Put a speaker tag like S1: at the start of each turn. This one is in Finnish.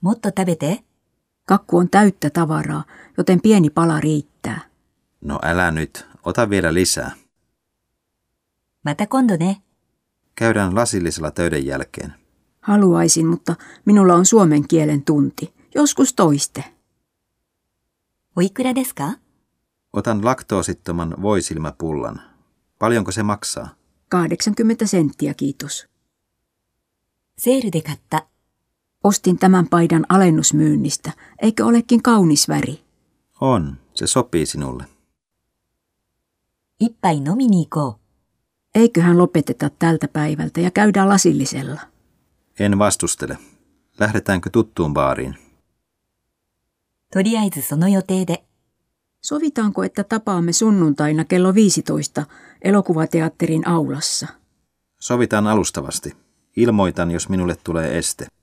S1: もっと食べて。
S2: Kakku on täyttä tavaraa, joten pieni pala riittää.
S3: No älä nyt, ota vielä lisää.
S1: また今度ね。
S3: Käydään lasillisella töiden jälkeen.
S2: Haluaisin, mutta minulla on suomen kielen tunti. Joskus toiste.
S1: おいくらですか
S3: Otan laktoosittoman voisilmäpullan. Paljonko se maksaa?
S2: 80 senttiä, kiitos.
S1: セールで買った。
S2: Ostin tämän paidan alennusmyynnistä. Eikö olekin kaunis väri?
S3: On, se sopii sinulle.
S1: 一杯飲みに行こう。
S2: Eiköhän lopeteta tältä päivältä ja käydään lasillisella.
S3: En vastustele. Lähdetäänkö tuttuun baariin?
S1: とりあえずその予定で。
S2: Sovitaanko, että tapaamme sunnuntaina kello 15 elokuvateatterin aulassa?
S3: Sovitaan alustavasti. Ilmoitan, jos minulle tulee este.